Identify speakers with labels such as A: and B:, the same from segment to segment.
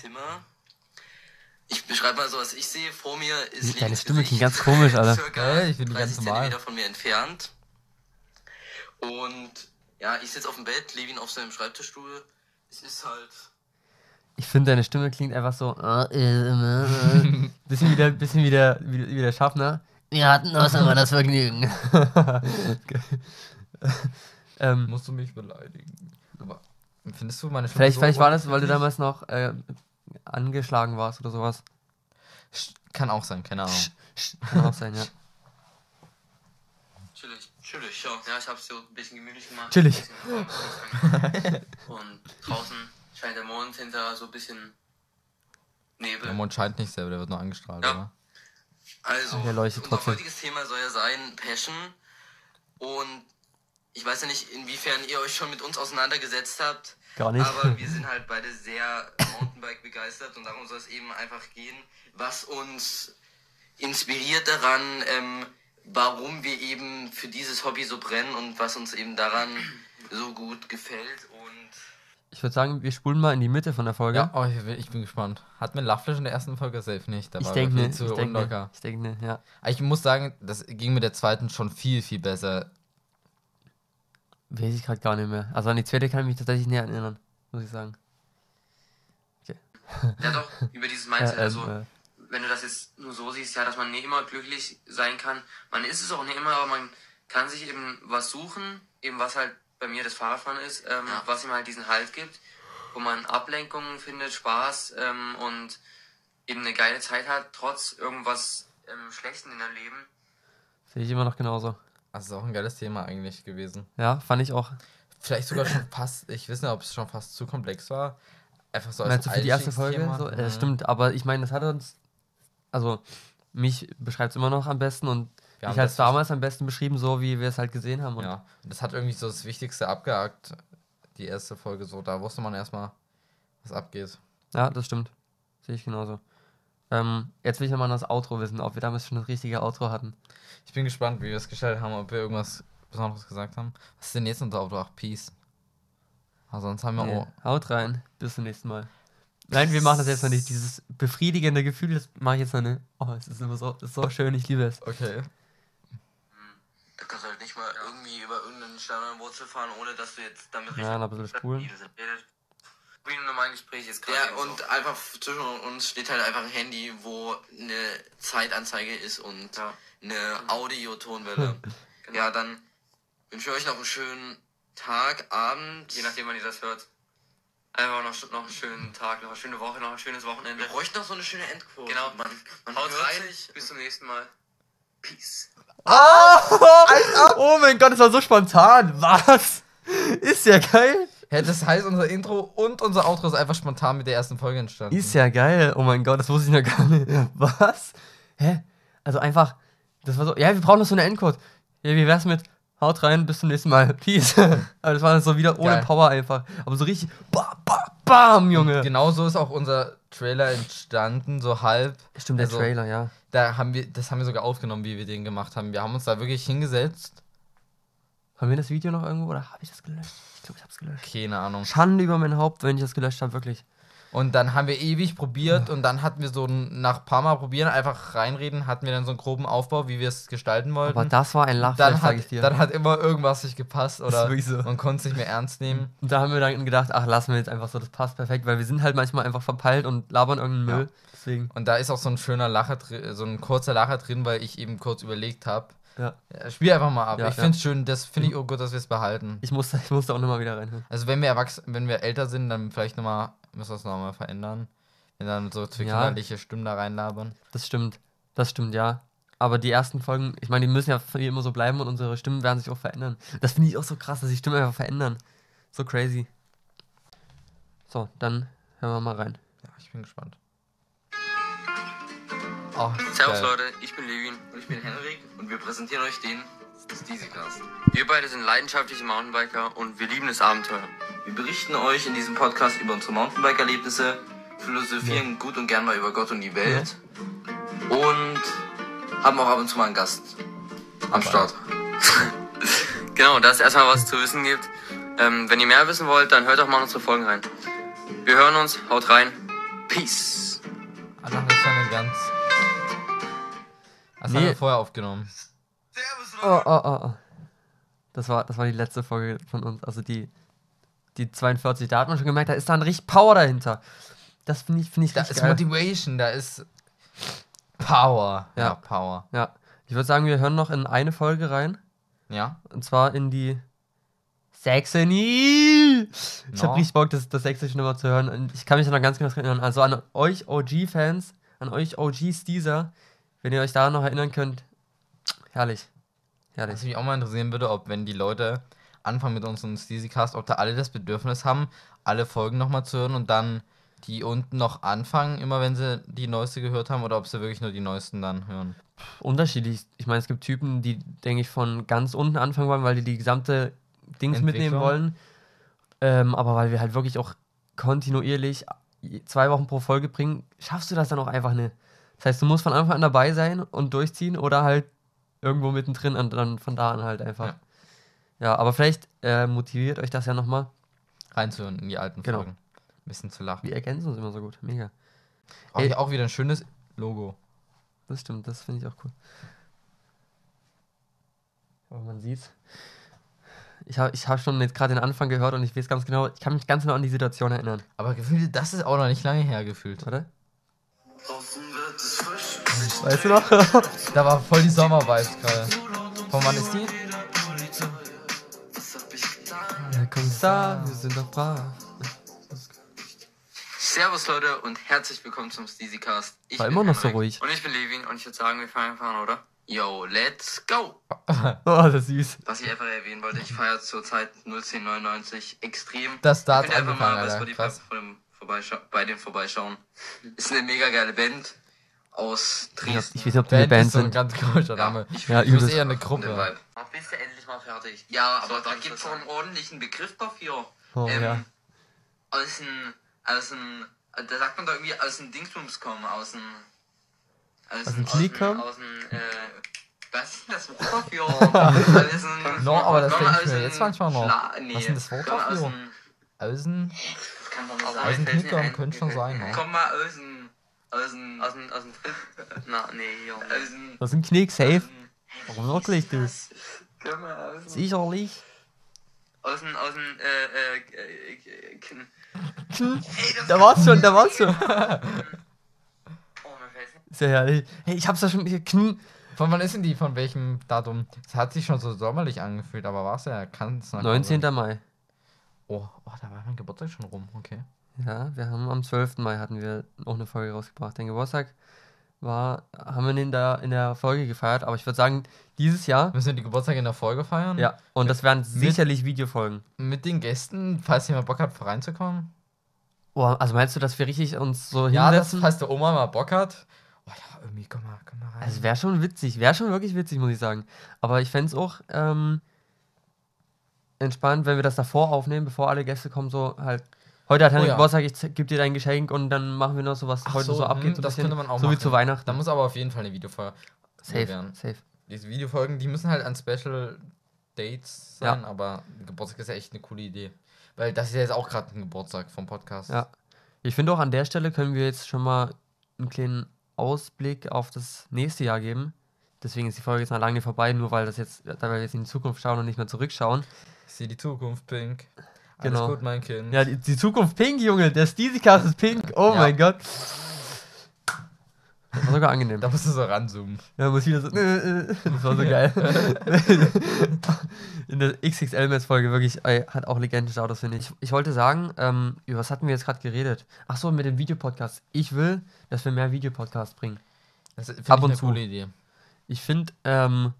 A: Zimmer. Ich beschreibe mal so, was ich sehe. Vor mir ist
B: Deine
A: liegend
B: Stimme
A: Gesicht,
B: klingt ganz komisch, Alter.
A: circa
C: Ey, ich bin
A: 30
C: ganz normal.
A: Zentimeter von mir entfernt. Und ja, ich sitze auf dem Bett, Levin auf seinem Schreibtischstuhl. Es ist halt.
B: Ich finde, deine Stimme klingt einfach so. äh, äh, äh. bisschen wie der, bisschen wie der, wie, wie der Schaffner. Wir hatten uns immer das Vergnügen. Geil. ähm,
C: Musst du mich beleidigen? Aber findest du meine Stimme
B: vielleicht
C: so
B: vielleicht war das, weil du damals
C: oberflächlich?
B: noch äh, angeschlagen warst oder sowas.
C: Sch- Kann auch sein, keine Ahnung.
B: Kann auch sein, ja.
A: Chillig, chillig, ja. Ja, ich hab's so ein bisschen gemütlich gemacht.
B: Chillig.
A: Ein bisschen- Und draußen scheint der Mond hinter so ein bisschen Nebel.
B: äh.
C: Der Mond scheint nicht selber, der wird nur angestrahlt,
A: Ja.
C: oder?
A: Also,
B: Der leuchtet
A: unser
B: trotzdem.
A: heutiges Thema soll ja sein Passion. Und ich weiß ja nicht, inwiefern ihr euch schon mit uns auseinandergesetzt habt,
B: Gar nicht.
A: aber wir sind halt beide sehr Mountainbike begeistert und darum soll es eben einfach gehen, was uns inspiriert daran, ähm, warum wir eben für dieses Hobby so brennen und was uns eben daran so gut gefällt. Und
B: Ich würde sagen, wir spulen mal in die Mitte von der Folge.
C: Ja, oh, ich, bin- ich bin gespannt. Hat mir Lachfleisch in der ersten Folge safe nicht. Da
B: ich
C: war
B: denke
C: viel
B: ne,
C: zu
B: ich denke ne,
C: unlocker.
B: ich denke ne, ja.
C: Aber Ich muss sagen, das ging mit der zweiten schon viel, viel besser.
B: Weiß ich gerade gar nicht mehr. Also an die zweite kann ich mich tatsächlich näher erinnern, muss ich sagen.
A: ja doch, über dieses
B: Ja,
A: Mindset,
B: ähm,
A: also
B: äh,
A: wenn du das jetzt nur so siehst, ja, dass man nicht immer glücklich sein kann. Man ist es auch nicht immer, aber man kann sich eben was suchen, eben was halt bei mir das Fahrradfahren ist, ähm, was ihm halt diesen Halt gibt, wo man Ablenkungen findet, Spaß ähm, und eben eine geile Zeit hat, trotz irgendwas ähm, Schlechten in deinem Leben.
B: sehe ich immer noch genauso.
C: Das ist auch ein geiles Thema eigentlich gewesen.
B: Ja, fand ich auch.
C: Vielleicht sogar schon fast, ich weiß nicht, ob es schon fast zu komplex war. Einfach so als
B: Meinst du für die erste Folge?
C: Einstiegsthema.
B: So,
C: Mhm.
B: äh, stimmt, aber ich meine, das hat uns. Also, mich beschreibt es immer noch am besten und
C: Wir haben
B: ich hat es
C: das-
B: damals am besten beschrieben, so wie wir es halt gesehen haben. Und
C: Ja, das hat irgendwie so das Wichtigste abgehakt, die erste Folge so. Da wusste man erstmal, was abgeht.
B: ja, das stimmt. Sehe ich genauso. Ähm, jetzt will ich nochmal das Outro wissen, ob wir damals schon das richtige Outro hatten.
C: Ich bin gespannt, wie wir es gestellt haben, ob wir irgendwas Besonderes gesagt haben. Was ist denn jetzt unser Auto? Ach, Peace. Aber sonst haben wir
B: Nee.
C: auch.
B: Haut rein. Bis zum nächsten Mal. Nein, wir machen das jetzt noch nicht. Dieses befriedigende Gefühl, das mache ich jetzt noch nicht. Oh, es ist immer so, es ist so schön, ich liebe es.
C: Okay.
A: Du kannst halt nicht mal irgendwie über irgendeinen Sternenwurzel fahren, ohne dass du jetzt damit
B: Ja, noch ein bisschen spulen.
A: Wie im normalen Gespräch jetzt gerade. Ja, und einfach zwischen uns steht halt einfach ein Handy, wo eine Zeitanzeige ist und eine Audiotonwelle. Ja, dann wünsche ich euch noch einen schönen Tag, Abend. Je nachdem, wann ihr das hört. Einfach noch, noch einen schönen Tag, noch eine schöne Woche, noch ein schönes Wochenende. Wir bräuchten noch so eine schöne Endquote. Genau. Man, man Haut rein. Bis zum nächsten Mal. Peace.
C: Ah!
B: Oh mein Gott, das war so spontan. Was? Ist ja geil.
C: Hä, das heißt, unser Intro und unser Outro ist einfach spontan mit der ersten Folge entstanden.
B: Ist ja geil. Oh mein Gott, das wusste ich noch gar nicht. Was? Hä? Also einfach, das war so, ja, wir brauchen noch so eine Endcode. Ja, wie wär's mit, haut rein, bis zum nächsten Mal. Peace. Aber das war dann so wieder ohne
C: Geil.
B: Power einfach. Aber so richtig, bam, bam, bam, Junge.
C: Genau so ist auch unser Trailer entstanden, so halb.
B: Stimmt, der
C: Also,
B: Trailer, ja.
C: Da haben wir, das haben wir sogar aufgenommen, wie wir den gemacht haben. Wir haben uns da wirklich hingesetzt.
B: Haben wir das Video noch irgendwo oder habe ich das gelöscht? Ich glaube, ich habe es gelöscht.
C: Keine Ahnung.
B: Schande über mein Haupt, wenn ich das gelöscht habe, wirklich.
C: Und dann haben wir ewig probiert und dann hatten wir so ein- nach ein paar Mal probieren, einfach reinreden, hatten wir dann so einen groben Aufbau, wie wir es gestalten wollten.
B: Aber das war ein Lachfleisch,
C: Mhm. dann,
B: sage
C: hat,
B: ich dir.
C: dann hat immer irgendwas nicht gepasst oder
B: wirklich so.
C: man konnte es nicht mehr ernst nehmen.
B: und da haben wir dann gedacht, ach, lassen wir jetzt einfach so, das passt perfekt, weil wir sind halt manchmal einfach verpeilt und labern irgendeinen
C: Ja.
B: Müll. Deswegen,
C: Und da ist auch so ein schöner Lacher drin, so ein kurzer Lacher drin, weil ich eben kurz überlegt habe.
B: ja.
C: Ja, Spiel einfach mal ab.
B: Ja,
C: ich
B: ja. Mhm.
C: finde es schön, das finde ich auch gut, dass wir es behalten.
B: Ich muss, ich muss da auch nochmal wieder reinhören.
C: Also wenn wir erwachsen, wenn wir älter sind, dann vielleicht nochmal, müssen wir es nochmal verändern. Wenn dann so zwei
B: Ja.
C: kinderliche Stimmen da reinlabern.
B: Das stimmt. Das stimmt, ja. Aber die ersten Folgen, ich meine, die müssen ja wie immer so bleiben und unsere Stimmen werden sich auch verändern. Das finde ich auch so krass, dass die Stimmen einfach verändern. So crazy. So, dann hören wir mal rein.
C: Ja, ich bin gespannt. Oh,
A: Servus
C: geil.
A: Leute, ich bin Levin. Und ich bin Henrik und wir präsentieren euch den Steezycast. Wir beide sind leidenschaftliche Mountainbiker und wir lieben das Abenteuer. Wir berichten euch in diesem Podcast über unsere Mountainbike-Erlebnisse, philosophieren gut und gern mal über Gott und die Welt und haben auch ab und zu mal einen Gast am Start. genau, dass es erstmal was zu wissen ähm, gibt. wenn ihr mehr wissen wollt, dann hört doch mal unsere Folgen rein. Wir hören uns, haut rein. Peace.
C: Anna hat seine ganz. Das haben
B: Nee.
C: wir vorher aufgenommen.
A: Servus,
B: Oh, oh, oh, oh. Das war, das war die letzte Folge von uns. Also die, die 42, da hat man schon gemerkt, da ist da ein richtig Power dahinter. Das finde ich, finde ich
C: Da
B: richtig
C: ist
B: geil.
C: Motivation, da ist Power. Ja,
B: Ja.
C: Power.
B: Ja. Ich würde sagen, wir hören noch in eine Folge rein.
C: Ja.
B: Und zwar in die Saxony. Ich
C: No.
B: habe richtig Bock, das, das Sächsische nochmal zu hören. Und ich kann mich noch ganz genau daran erinnern. Also an euch OG-Fans, an euch OGs dieser, wenn ihr euch daran noch erinnern könnt. Herrlich. Herrlich.
C: Was mich auch mal interessieren würde, ob wenn die Leute anfangen mit uns und Steasycast, ob da alle das Bedürfnis haben, alle Folgen nochmal zu hören und dann die unten noch anfangen, immer wenn sie die neueste gehört haben, oder ob sie wirklich nur die neuesten dann hören.
B: unterschiedlich. Ich meine, es gibt Typen, die, denke ich, von ganz unten anfangen wollen, weil die die gesamte Dings mitnehmen
C: Entwicklung.
B: wollen. Ähm, aber weil wir halt wirklich auch kontinuierlich je- zwei Wochen pro Folge bringen, schaffst du das dann auch einfach nicht. Das heißt, du musst von Anfang an dabei sein und durchziehen oder halt irgendwo mittendrin und dann von da an halt einfach.
C: Ja.
B: Ja, aber vielleicht äh, motiviert euch das ja nochmal.
C: Reinzuhören in die alten
B: Genau.
C: Folgen. Ein bisschen zu lachen.
B: Wir ergänzen uns immer so gut. Mega.
C: Brauche
B: Ey.
C: ich auch wieder ein schönes Logo.
B: Das stimmt, das finde ich auch cool. Aber man sieht's. Ich habe ich hab schon jetzt gerade den Anfang gehört und ich weiß ganz genau, ich kann mich ganz genau an die Situation erinnern,
C: Aber gefühlt, das ist auch noch nicht lange her gefühlt.
B: oder?
A: Draußen wird es frisch.
B: Weißt du noch?
C: Da war voll die Sommer-Vibes gerade. Von wann ist die?
A: Was hab ich getan?
B: Der Kommissar, wir sind doch brav.
A: Servus Leute und herzlich willkommen zum Steasycast. Ich
B: War
A: bin
B: immer noch so
A: Henrik.
B: ruhig.
A: Und ich bin Levin und ich würde sagen, wir fangen einfach an, oder? Yo, let's go!
B: Oh, das ist süß.
A: Was ich einfach erwähnen wollte, ich feiere zurzeit 01099 extrem.
C: Das da
A: ich
C: hat's
A: bin einfach mal
C: angefangen,
A: bei
C: Alter.
A: Spotify
C: Krass.
A: vor dem Vorbeischau- bei dem vorbeischauen. Ist eine mega geile Band aus
B: Ich weiß
A: Dresden.
B: nicht, ob die eine
C: Band
B: Band
C: ist so ein
B: sind.
C: ganz komischer Name.
B: Ja,
C: Ich ist
B: übelst.
C: eher eine
A: Der
C: Gruppe.
A: Vibe. Ach, bist du endlich mal fertig? Ja, aber da gibt es einen ordentlichen Begriff dafür.
B: Oh, ja.
A: Ähm, Aus dem, aus dem, da sagt man da irgendwie aus dem Dingsbums kommen, aus dem,
B: Aus dem Knie kommen?
A: Aus dem, äh, was ist denn das Wort dafür? Aus dem-
C: No, aber das
A: Komm
C: denk ich
A: aus
C: mir
A: dem
C: jetzt manchmal noch.
A: Schla- nee.
C: Was ist denn das Wort
A: Komm aus
C: dafür?
A: dem-
C: Außen.
A: das kann doch nicht sein,
C: Aus
A: fällt
C: dem
A: mir
C: Knickern
A: ein.
C: könnte schon sein, ne?
A: Komm mal aus dem, aus dem, aus dem, aus dem, na, nee, hier. Aus dem,
B: Das ist ein Knick,
A: aus
B: safe.
A: dem-
B: Warum wirklich, du?
A: Komm mal aus dem.
B: Sicherlich.
A: Aus dem, aus dem, äh, äh, äh, äh, Kinn.
C: Hm?
A: Ey, das
B: Da war's schon, da war's schon.
A: Oh, mir fällt's nicht.
B: Ist ja herrlich. Hey, ich hab's ja schon. hier, Knie.
C: Von wann ist denn die? Von welchem Datum? Es hat sich schon so sommerlich angefühlt, aber war es ja, kann es
B: 19. Mai.
C: Oh, oh, da war mein Geburtstag schon rum, okay.
B: Ja, wir haben am 12. Mai hatten wir auch eine Folge rausgebracht. Den Geburtstag war, haben wir den da in der Folge gefeiert, aber ich würde sagen, dieses Jahr,
C: Müssen wir die Geburtstage in der Folge feiern?
B: ja, und das werden sicherlich Videofolgen.
C: Mit den Gästen, falls jemand Bock hat, reinzukommen.
B: Oh, also meinst du, dass wir richtig uns so
C: Ja, das,
B: hinsetzen?
C: falls der Oma mal Bock hat. Oh ja, irgendwie, komm mal, komm mal rein.
B: also wäre schon witzig, wäre schon wirklich witzig, muss ich sagen. Aber ich fände es auch ähm, entspannt, wenn wir das davor aufnehmen, bevor alle Gäste kommen, so halt. Heute hat Henrik
C: ja.
B: Geburtstag, ich z- geb dir dein Geschenk und dann machen wir noch so, was
C: Ach
B: heute so,
C: so, hm,
B: abgeht. So ein
C: das
B: bisschen,
C: könnte man auch
B: So wie
C: machen.
B: zu Weihnachten.
C: da muss aber auf jeden Fall eine Videofolge
B: safe,
C: werden.
B: safe.
C: Diese Videofolgen, die müssen halt an Special Dates
B: Ja.
C: sein, aber Geburtstag ist ja echt eine coole Idee. Weil das ist ja jetzt auch gerade ein Geburtstag vom Podcast.
B: Ja. Ich finde auch an der Stelle können wir jetzt schon mal einen kleinen Ausblick auf das nächste Jahr geben. Deswegen ist die Folge jetzt noch lange nicht vorbei, nur weil das jetzt, da wir jetzt in die Zukunft schauen und nicht mehr zurückschauen.
C: Ich sehe die Zukunft, Pink. Alles
B: Genau.
C: gut, mein Kind.
B: Ja, die, die Zukunft pink, Junge. Der Steezycast ist pink. Oh
C: Ja.
B: mein Gott. Das war sogar angenehm.
C: Da musst du so ranzoomen.
B: Da muss wieder so. äh, äh, Das war so geil. In der XXL-Mess-Folge wirklich ey, hat auch legendische Autos, finde ich. Ich wollte sagen, ähm, über was hatten wir jetzt gerade geredet? Ach so, mit dem Videopodcast. Ich will, dass wir mehr Videopodcasts bringen.
C: Das ist
B: Ab und
C: eine
B: zu.
C: coole Idee.
B: Ich finde, ähm,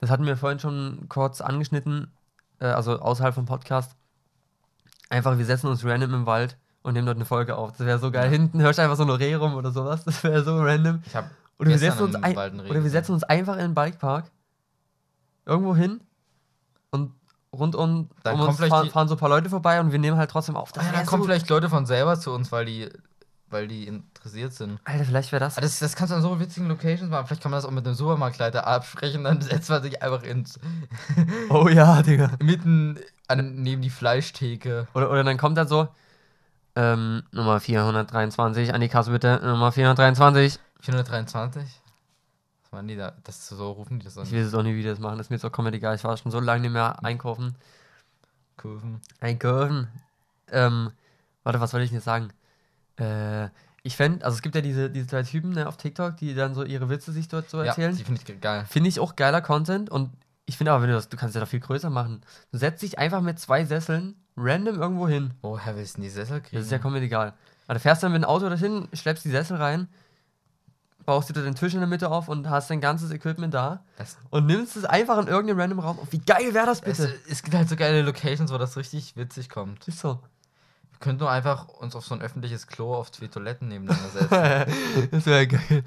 B: das hatten wir vorhin schon kurz angeschnitten, äh, also außerhalb vom Podcast. Einfach, wir setzen uns random im Wald und nehmen dort eine Folge auf. Das wäre so geil. Hinten hörst du einfach so ein Reh rum oder sowas. Das wäre so random.
C: Ich habe
B: Oder wir,
C: Gestern
B: setzen uns
C: im
B: ein,
C: Wald ein Reh
B: oder wir
C: gesehen.
B: setzen uns einfach in den Bikepark irgendwo hin und rund um,
C: Dann
B: um
C: kommen
B: uns
C: vielleicht
B: fahren,
C: die- Oh
B: fahren so ein paar Leute vorbei und wir nehmen halt trotzdem auf. Das
C: ja,
B: wär
C: dann kommen
B: so,
C: vielleicht Leute von selber zu uns, weil die, weil die interessiert sind.
B: Alter, vielleicht wäre das.
C: Aber das, das kannst du an so witzigen Locations machen. Vielleicht kann man das auch mit einem Supermarktleiter absprechen. Dann setzt man sich einfach ins,
B: Oh ja, Digga.
C: mitten an, neben die Fleischtheke.
B: Oder, oder dann kommt dann so, Ähm, Nummer 423, an die Kasse bitte. Nummer 423.
C: 423? Was waren die da? Das so rufen die das
B: Ich
C: an.
B: weiß es auch nie, wie die das machen. Das ist mir jetzt auch komplett egal. Ich war schon so lange nicht mehr einkaufen.
C: Kurven.
B: Einkaufen. Ähm, warte, was wollte ich denn jetzt sagen? Äh, ich fände, also es gibt ja diese, diese zwei Typen ne, auf TikTok, die dann so ihre Witze sich dort so
C: Ja,
B: erzählen.
C: die finde ich geil.
B: Finde ich auch geiler Content und ich finde aber, wenn du das, du kannst ja doch viel größer machen. Du setzt dich einfach mit zwei Sesseln random irgendwo hin.
C: Woher willst du denn die Sessel kriegen?
B: Das ist ja komplett egal. Aber du fährst dann mit dem Auto dorthin, schleppst die Sessel rein, baust dir da den Tisch in der Mitte auf und hast dein ganzes Equipment da
C: das,
B: und nimmst es einfach in irgendeinem random Raum auf. Wie geil wäre das
C: es,
B: bitte?
C: es gibt halt so geile Locations, wo das richtig witzig kommt.
B: Ist so.
C: Wir könnten nur einfach uns auf so ein öffentliches Klo auf zwei Toiletten nebeneinander setzen.
B: das wäre geil.